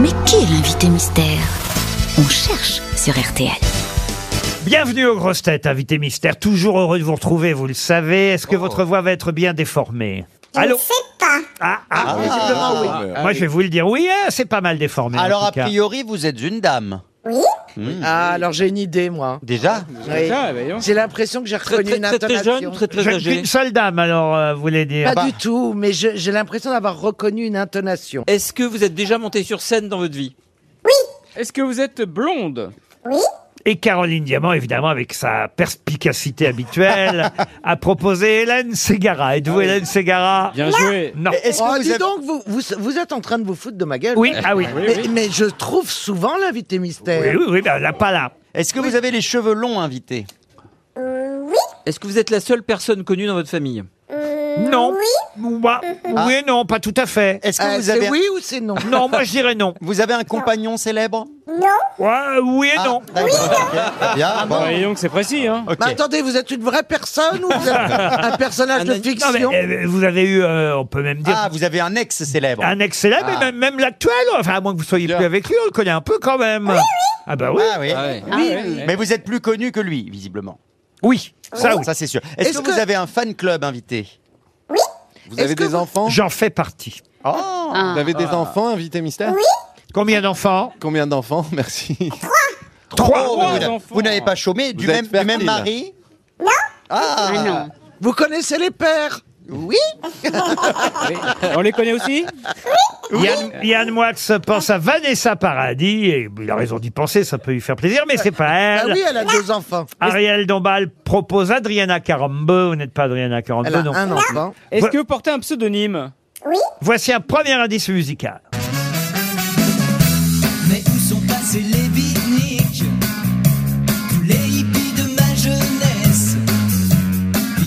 Mais qui est l'invité mystère On cherche sur RTL. Bienvenue aux grosses têtes, invité mystère. Toujours heureux de vous retrouver, vous le savez. Est-ce que votre voix va être bien déformée Allô Ah, ah, visiblement, oui. Ah, Moi, oui. je vais vous le dire. Oui, hein, c'est pas mal déformé. en Alors, tout a cas. priori, vous êtes une dame. Ah, alors j'ai une idée, moi. Déjà Oui. Ah, voyons. J'ai l'impression que j'ai reconnu une intonation. Je ne suis qu'une seule dame, alors, euh, vous voulez dire. Pas du tout, mais je- j'ai l'impression d'avoir reconnu une intonation. Est-ce que vous êtes déjà monté sur scène dans votre vie Oui. Est-ce que vous êtes blonde Et Caroline Diamant, évidemment, avec sa perspicacité habituelle, a proposé Hélène Ségara. Êtes-vous Hélène Ségara Bien joué. Non. Est-ce Oh, que dis vous avez... donc, vous, vous, vous êtes en train de vous foutre de ma gueule. Oui, ah oui. Oui, Mais, oui. mais je trouve souvent l'invité mystère. Oui, oui, oui, ben, là, pas là. Est-ce que vous avez les cheveux longs invités Est-ce que vous êtes la seule personne connue dans votre famille Non. Moi, oui et non, pas tout à fait. Est-ce que Euh, vous c'est avez oui ou c'est non Non, moi, je dirais non. vous avez un compagnon célèbre Ouais, oui et Ah, non. d'accord, ok, très bien, bon, Voyons que c'est précis, hein ok. Mais Bah, attendez, vous êtes une vraie personne ou vous êtes un personnage de Un- Non, mais, fiction euh, vous avez eu, euh, on peut même dire, Ah, vous avez un ex célèbre. un excellent, mais même, même l'actuel. Enfin, à moins que vous soyez Bien. plus avec lui, on le connaît un peu quand même. Ah bah oui, Ah oui. Ah ouais. Oui, Ah ouais. Mais vous êtes plus connu que lui, visiblement. oui, ça oui. Ça, c'est sûr. Est-ce Est-ce que, que- vous avez un fan club invité Vous Est-ce avez que des vous- enfants J'en fais partie. Oh Vous avez des enfants, invité mystère Combien d'enfants Combien d'enfants Merci. Trois. Oh, mais vous n'a- enfants. Vous n'avez pas chômé du Vous êtes même, du même fertile. mari Ah, Vous connaissez les pères Oui Ah On les connaît aussi Yann, Yann Moix pense à Vanessa Paradis, et il a raison d'y penser, ça peut lui faire plaisir, mais c'est pas Ah elle. oui, elle a deux enfants. Ariel Dombal propose Adriana Carambeu. Vous n'êtes pas Adriana Elle a Carambeu, non. un enfant. Est-ce Voilà. que vous portez un pseudonyme Voici un premier indice musical. Mais où sont passés les beatniks Tous les hippies de ma jeunesse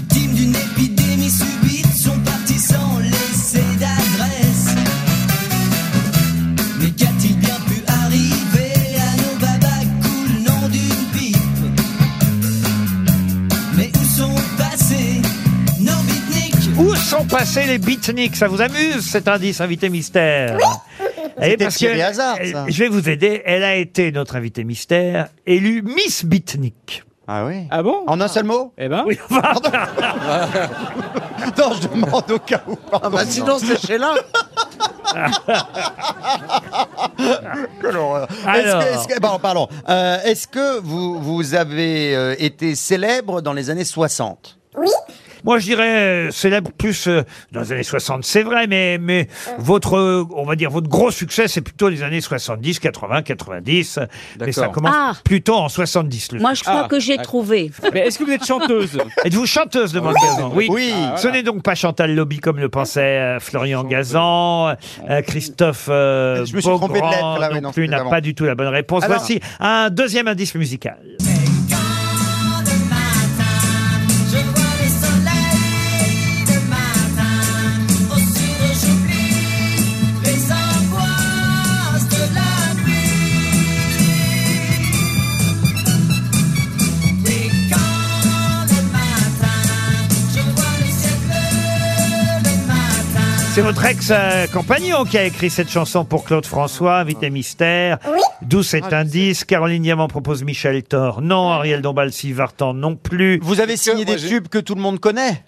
Victimes d'une épidémie subite Sont partis sans laisser d'adresse Mais qu'a-t-il bien pu arriver à nos babas coule nom d'une pipe Mais où sont passés nos beatniks Où sont passés les beatniks Ça vous amuse cet indice invité mystère Et parce que euh, Thierry Hazard, ça. je vais vous aider. Elle a été notre invitée mystère, élue Miss Beatnik. Ah oui Ah bon En un seul mot Eh ben, Oui, enfin, Non, je demande au cas où. Ah bah sinon, c'est chez là. Quelle horreur. euh, Est-ce que- Alors. est-ce que, pardon, pardon. Euh, est-ce que vous, vous avez euh, été célèbre dans les années 60 moi je dirais euh, célèbre plus euh, dans les années 60, c'est vrai, mais mais votre euh, on va dire votre gros succès c'est plutôt les années 70, 80, 90, mais ça D'accord. commence Ah. plutôt en 70. le- Moi, je crois Ah, que j'ai d'accord. trouvé. mais est-ce que vous êtes chanteuse Êtes-vous chanteuse de Oui. Oui. Ah, Ce n'est donc pas Chantal Lobby comme le pensait euh, Florian Gazan, euh, euh, Christophe euh, Ah. Je me suis trompé de Beaugrand lettre, là, oui, non non, plus c'était n'a avant. pas du tout la bonne réponse. Alors- Voici un deuxième indice musical. Quand de matin, je vois le soleil de matin, au sud j'oublie les angoisses de la nuit. Et quand le matin, je vois le ciel bleu le matin. C'est votre ex-compagnon qui a écrit cette chanson pour Claude Ah. François, Invité Mystère. D'où cet indice. Caroline Diamant propose Michel Thor. Non, Ah. Ariel Dombal, Sylvie Vartan non plus. Vous avez signé que moi, des j'ai- tubes que tout le monde connaît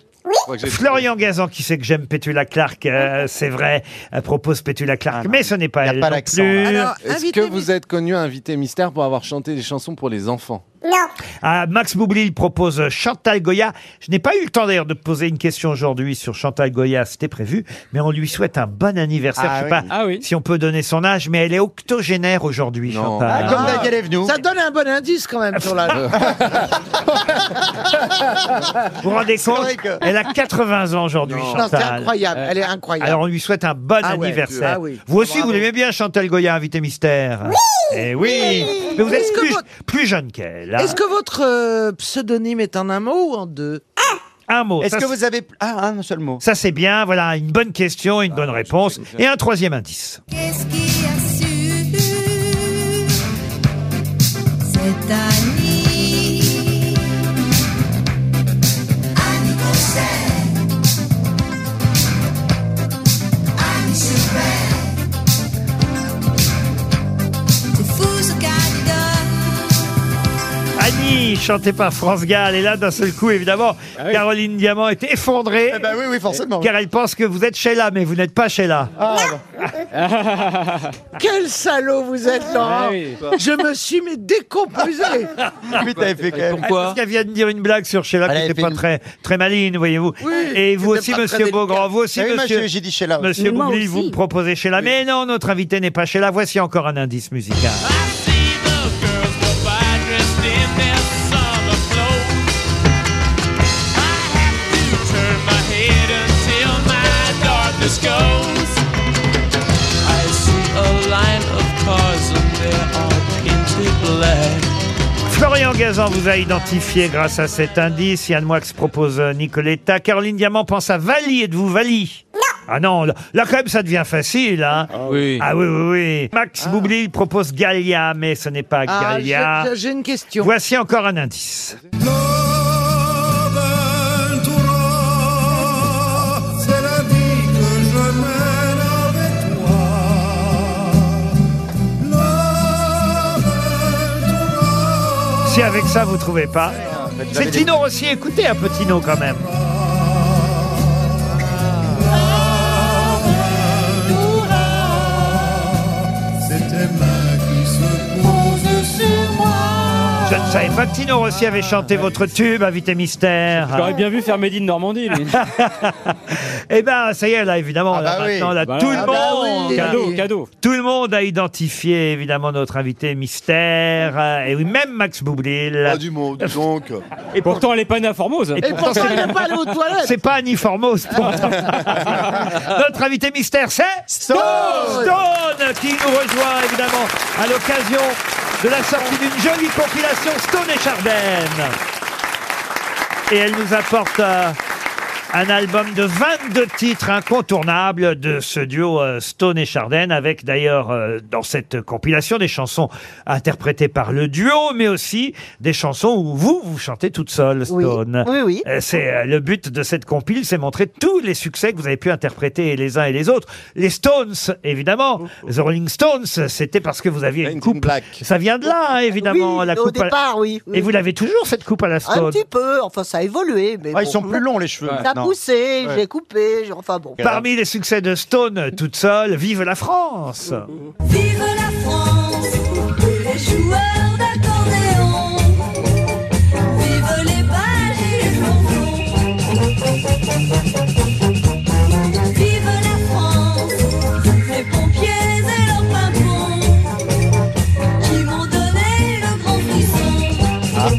Florian Gazan, qui sait que j'aime Pétula Clark, euh, c'est vrai, euh, propose Pétula Clark, Ah non, mais ce n'est pas y a elle pas non l'accent, là. plus. Alors, Est-ce que invité vous êtes connu invité mystère pour avoir chanté des chansons pour les enfants Ah, Max Boublil propose Chantal Goya. Je n'ai pas eu le temps d'ailleurs de poser une question aujourd'hui sur Chantal Goya, c'était prévu, mais on lui souhaite un bon anniversaire. Ah je sais oui. pas Ah oui. si on peut donner son âge, mais elle est octogénaire aujourd'hui, Non. Ah, Chantal. Comme Daniel Evenou. Ça donne un bon indice quand même sur la. vous vous rendez compte vrai que- Elle a 80 ans aujourd'hui, Non, c'est Chantal. incroyable. Elle est incroyable. euh, Alors on lui souhaite un bon Ah ouais, anniversaire. ah oui. Vous aussi, Bravo. vous l'aimez bien, Chantal Goya, invité mystère. Oui. Eh oui. Mais vous êtes Est-ce que plus, votre- plus jeune qu'elle. hein. Est-ce que votre euh, pseudonyme est en un mot ou en deux Un mot. Est-ce ça, que c'est- vous avez ah un seul mot ça c'est bien. Voilà une bonne question, une Ah, bonne réponse et un troisième indice. Qu'est-ce qui assure cette Annie Annie Conseil Annie Joubert chantait par France Gall. Et là, d'un seul coup, évidemment, Caroline Diamant est effondrée. Eh ben oui, oui, forcément. Car elle pense que vous êtes Sheila, mais vous n'êtes pas Sheila. Quel salaud vous êtes, Ah Ah. Laurent Je me suis mais décomposé. Oui, t'avais fait quand même. Ah, Parce qu'elle vient de dire une blague sur Sheila Elle qui avait n'était fait pas une- très, très maline, voyez-vous. Oui, Et vous c'était aussi, pas monsieur très Beaugrand, vous aussi, Ah oui, moi, Eh monsieur, j'ai j'ai dit chez là. monsieur Moi Boubli, aussi. vous me proposez Sheila. Mais non, notre invité n'est pas Sheila. Voici encore un indice musical. Goes. I see a line of cars and they are painted black. Florian Gazan vous a identifié grâce à cet indice. Yann Moix propose euh, Nicoletta. Caroline Diamant pense à Vali. Êtes-vous Vali Ah non, là, là, quand même ça devient facile. Hein. oui. Ah oui, oui, oui. Max Boublil propose Galia, mais ce n'est pas Ah, j'ai- Galia. j'ai- J'ai une question. Voici encore un indice. C'est la vie que je mène avec toi. Si avec ça vous trouvez pas. C'est Tino aussi, écoutez un peu Tino quand même. C'est tes mains qui se posent sur moi. Je ne savais pas que Tino Rossi avait chanté votre tube, invité mystère. J'aurais bien vu faire Mehdi de Normandie, lui. Eh ben, ça y est, là, évidemment, Ah là, bah oui. maintenant, là, Bah tout oui. le Ah bah monde, oui. cadeau, cadeau. tout le monde a identifié, évidemment, notre invité mystère. Euh, Et oui, même Max Boublil. du mot, donc. Et pourtant, elle est pas née à Formose. Oh, Et Et pourtant, pourtant, il n'est pas allé aux toilettes. c'est pas Annie Formos. pourtant. notre invité mystère, c'est Stone. Stone, qui nous rejoint, évidemment, à l'occasion de la sortie d'une jolie compilation Stone et Chardin. Et elle nous apporte euh, un album de 22 titres incontournables de ce duo euh, Stone et Chardin, avec d'ailleurs euh, dans cette compilation des chansons interprétées par le duo, mais aussi des chansons où vous, vous chantez toute seule, Oui. Stone. Oui, oui. Euh, C'est euh, le but de cette compile, c'est montrer tous les succès que vous avez pu interpréter les uns et les autres. Les Stones, évidemment. The Rolling Stones, c'était parce que vous aviez une coupe. black. Ça vient de là, hein, évidemment, Oui, la au coupe. à la- départ, oui. Et vous l'avez toujours cette coupe à la Un Stone. petit peu, enfin ça a évolué. Mais Ah, ils bon. sont plus longs les cheveux. Ça a maintenant. poussé, Ouais. j'ai coupé, j'ai- enfin bon. Bah, Parmi les succès de Stone toute seule, vive la France Vive la France, les joueurs d'accordéon. Vive les balles et les plongeons. Vive la France, les pompiers et leurs pimpons qui m'ont donné le grand frisson.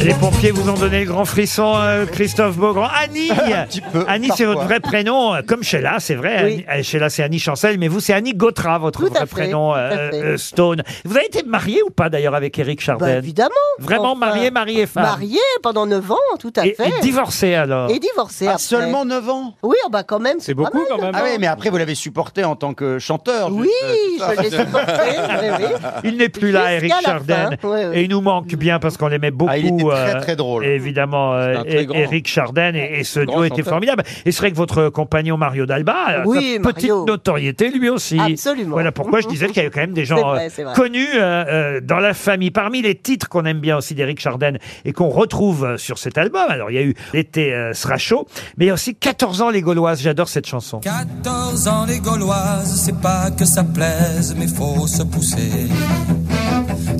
Les pompiers vous ont donné le grand frisson, euh, Christophe Beaugrand. Annie petit peu, Annie, c'est votre parfois. vrai prénom, euh, comme Sheila, c'est vrai. Oui. Annie- euh, Sheila, c'est Annie Chancel, mais vous, c'est Annie Gautra, votre Tout à vrai fait, prénom, tout à euh, fait. euh, Stone. Vous avez été marié ou pas, d'ailleurs, avec Eric Chardin Bah, évidemment. Vraiment Enfin, marié, marié et femme Marié pendant 9 ans, tout à et, fait. et divorcé, alors Et divorcé. Ah, après. seulement 9 ans. Oui, oh, bah quand même. C'est pas beaucoup mal. quand même. Ah hein. oui, mais après vous l'avez supporté en tant que chanteur. Oui, juste, euh, tout ça. je l'ai supporté. oui, oui. Il n'est plus là, Eric Jusqu'à la Chardin. fin, Euh, ouais, ouais. Et il nous manque bien parce qu'on l'aimait beaucoup. Ah, il était très, euh, très drôle. Évidemment, euh, C'est un très E- grand. Eric Chardin et, et ce Grand duo était chanteur. formidable. Et c'est vrai que votre compagnon Mario Dalba a Oui, sa petite Mario. notoriété lui aussi. Absolument. Oh, Voilà pourquoi je disais qu'il y avait quand même des gens C'est vrai, euh, c'est vrai. connus euh, euh, dans la famille. Parmi les titres qu'on aime bien aussi d'Eric Chardin et qu'on retrouve euh, sur cet album, alors il y a eu L'été euh, sera chaud, mais il y a aussi 14 ans les Gauloises. J'adore cette chanson. 14 ans les Gauloises, c'est pas que ça plaise, mais faut se pousser.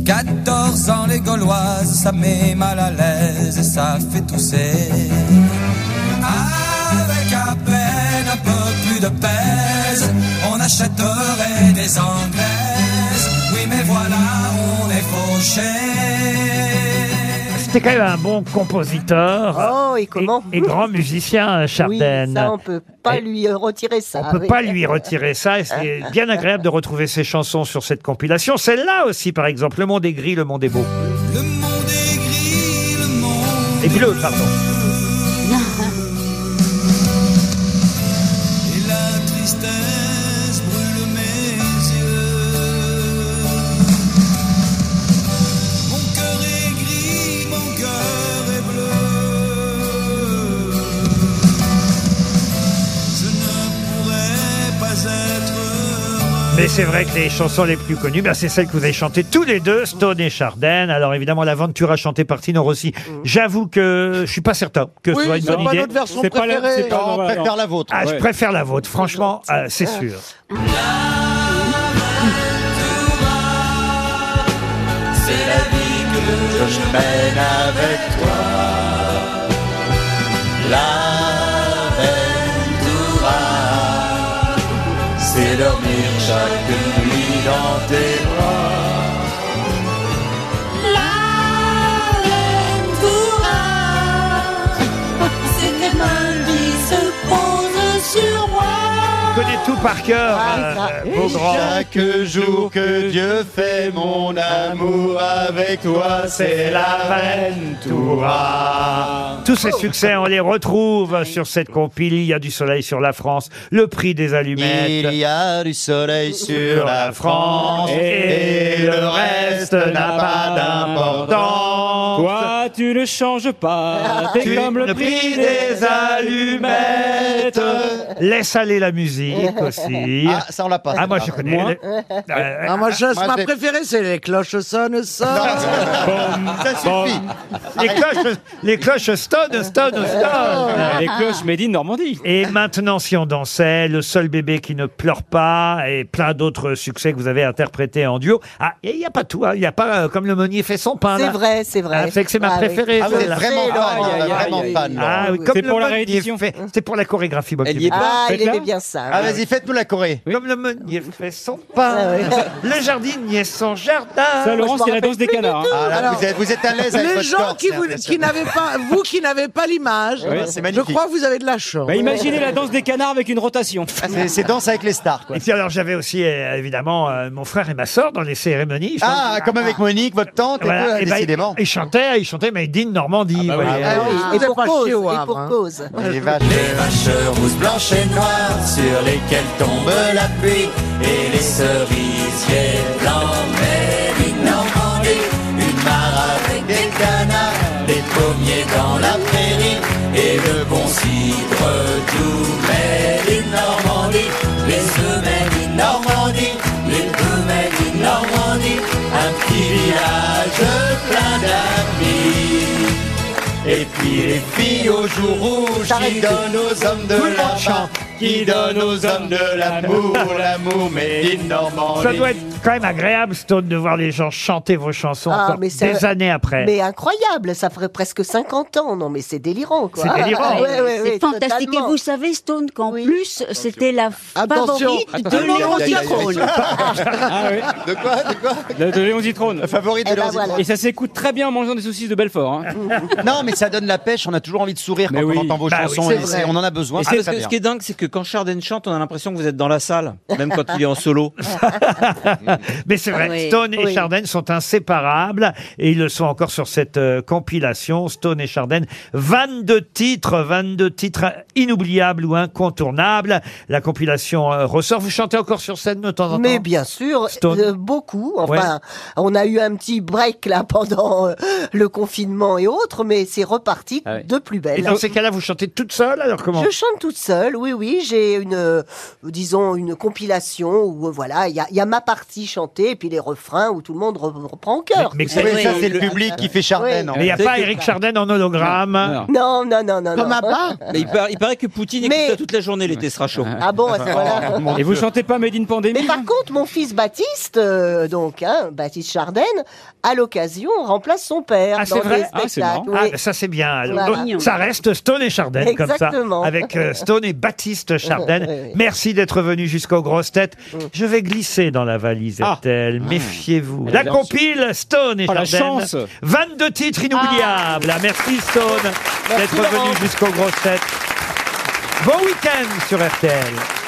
14 ans les Gauloises, ça met mal à l'aise et ça fait tousser. Avec à peine un peu plus de pèse, on achèterait des Anglaises. Oui mais voilà, on est fauchés. C'était quand même un bon compositeur. Oh, et comment et, et grand musicien, euh, Oui, Chardin. ça, on peut pas Et- lui euh, retirer ça. On ne peut oui. pas lui retirer ça. et C'est bien agréable de retrouver ses chansons sur cette compilation. Celle-là aussi, par exemple, Le Monde est gris, Le Monde est beau. Le monde est gris, le monde Et bleu, pardon. et la tristesse brûle mes yeux. Mon cœur est gris, mon cœur est bleu. Je ne pourrais pas être heureux. Mais c'est vrai que les chansons les plus connues, ben, c'est celles que vous avez chantées tous les deux, Stone et Chardin. Alors évidemment, l'aventure chantée par Tino Rossi. Mhm. J'avoue que je suis pas certain que ce Oui, soit une c'est bonne pas idée. notre version C'est pas la- préférée. c'est pas- Non, non, voilà, non. Ah, je Ouais. préfère la vôtre, franchement, Ah, euh, c'est sûr. C'est la vie que je mène avec toi. La Ventura, c'est dormir chaque nuit dans tes bras. C'est tes mains qui se posent sur moi. Je connais tout par cœur, Ah, euh, vos grands. Chaque jour que Dieu fait mon amour avec toi, c'est la Ventura. Tous ces succès, on les retrouve sur cette compile. Il y a du soleil sur la France, le prix des allumettes. Il y a du soleil sur la France et le reste n'a pas d'importance. Toi, tu ne changes pas. T'es Tu comme le ne prix pries des des allumettes. Laisse aller la musique aussi. Ah, ça, on l'a pas, Ah, moi, ça. je connais. Moi Euh, Ah, moi, je- Moi, ma c'est- préférée, c'est les cloches sonnent, sonnent. Ça suffit. Les cloches, les cloches Stone, Stone, Stone. Les cloches Made in Normandie. Et maintenant, si on dansait, le seul bébé qui ne pleure pas et plein d'autres succès que vous avez interprétés en duo. Ah, et il n'y a pas tout, hein. il n'y a pas euh, comme le meunier fait son pain. C'est là. vrai, c'est vrai. Ah, c'est que c'est ma Ah oui. préférée. Ah, vous êtes celle-là. vraiment C'est fan, Laurent, euh, aïe, aïe, vraiment aïe. fan. Ah oui, comme C'est le pour la meunier réédition. fait- C'est pour la chorégraphie. Bob Elle y Dylan. est pas. Ah, il Faites-la. aimait bien ça. Ah, vas-y, faites-nous la Corée. Comme le meunier fait son pain, Ah ouais. le jardinier son jardin. Ça, Laurent, je m'en c'est la danse des canards. hein. Ah, là, Alors, vous, êtes, vous êtes à l'aise avec Les votre gens corps, qui, c'est vous- qui impressionnant. n'avaient pas, vous qui n'avez pas l'image, Ouais, c'est je magnifique. crois que vous avez de la chance. Bah, imaginez la danse des canards avec une rotation. C'est- C'est danse avec les stars, quoi. Et puis alors j'avais aussi euh, évidemment euh, mon frère et ma sœur dans les cérémonies. Ils Ah, chantaient- comme avec Monique, votre tante, et Voilà, tout, et ben, décidément. ils, ils chantaient, ils chantaient Made in Normandie. vous voyez. Ah oui, Et vous êtes pour pas cause, chier au et Havre, pour hein. cause. Les vaches. Les vaches rousses, blanches et noires sur lesquelles tombe la pluie et les cerisiers blancs mais d'une Normandie. Une mare avec des canards, des pommiers dans la prairie et le bon cidre doux mais d'une Normandie. Les œufs mais d'une Normandie, les bœufs mais d'une Normandie. Un petit village plein d'amis. Et puis les filles au jour rouge qui donnent aux hommes de la chance, qui donnent aux hommes de l'amour, l'amour mais in Normandie. Ça doit être quand même agréable, Stone, de voir les gens chanter vos chansons Ah, encore mais ça- des années après. Mais incroyable, ça ferait presque 50 ans. Non, mais c'est délirant, quoi. C'est délirant. Ah, ouais, ouais, ouais, c'est fantastique. totalement. Et vous savez, Stone, qu'en Oui. plus, c'était la Attention, favorite de de Léon Laurent Diacrone. Ah oui. De quoi De quoi De, de Léon Zitrone. Favori de Eh ben leurs voilà. Et ça s'écoute très bien en mangeant des saucisses de Belfort. hein. Non, mais ça donne la pêche. On a toujours envie de sourire Mais quand oui. on entend vos Bah oui, chansons. c'est et c'est- on en a besoin. Et Ah, c'est- très ce, ce bien. qui est dingue, c'est que quand Chardin chante, on a l'impression que vous êtes dans la salle, même quand il est en solo. Mais c'est vrai, Ah oui, Stone et oui. Chardin sont inséparables et ils le sont encore sur cette euh, compilation Stone et Chardin. 22 titres, 22 titres inoubliables ou incontournables. La compilation euh, ressort. Vous chantez encore sur scène de temps en temps Mais bien sûr, Stone. euh, beaucoup. Enfin, on a eu un petit break là pendant euh, le confinement et autres, mais c'est reparti Ah ouais. de plus Et belle. dans ces cas-là, vous chantez toute seule Alors comment Je chante toute seule, oui, oui. J'ai une, euh, disons, une compilation où, euh, voilà, il y a, il y a ma partie chantée et puis les refrains où tout le monde re- reprend au cœur. Mais- mais- Oui, Oui, ça, oui. c'est le public qui fait Chardin. Oui. en Mais il n'y a C'est pas que- Eric Chardin en hologramme. Non. Non, non, non, non. Comme non. à part. Mais il, par- il paraît que Poutine écoute Mais- ça toute la journée l'été sera chaud. Ah bon, à ce moment-là. Et vous chantez pas Made in Mais Pandémie par contre, mon fils Baptiste, euh, donc, hein, Baptiste Chardin, à l'occasion, remplace son père Ah, c'est dans vrai des Ah, c'est spectacles. Ah, oui. ben ça c'est bien. alors. Voilà. Donc, Ça reste Stone et Chardin Exactement. comme ça, avec euh, Stone et Baptiste Chardin. Oui, Mm. oui. Merci d'être venu jusqu'aux grosses têtes. Je vais glisser dans la valise Ah. RTL. Méfiez-vous. Elle La a bien compile Stone et Oh, la Chardin. chance. 22 titres inoubliables. Merci Stone d'être Ah. Laurent. venu jusqu'aux grosses têtes. Bon week-end sur RTL.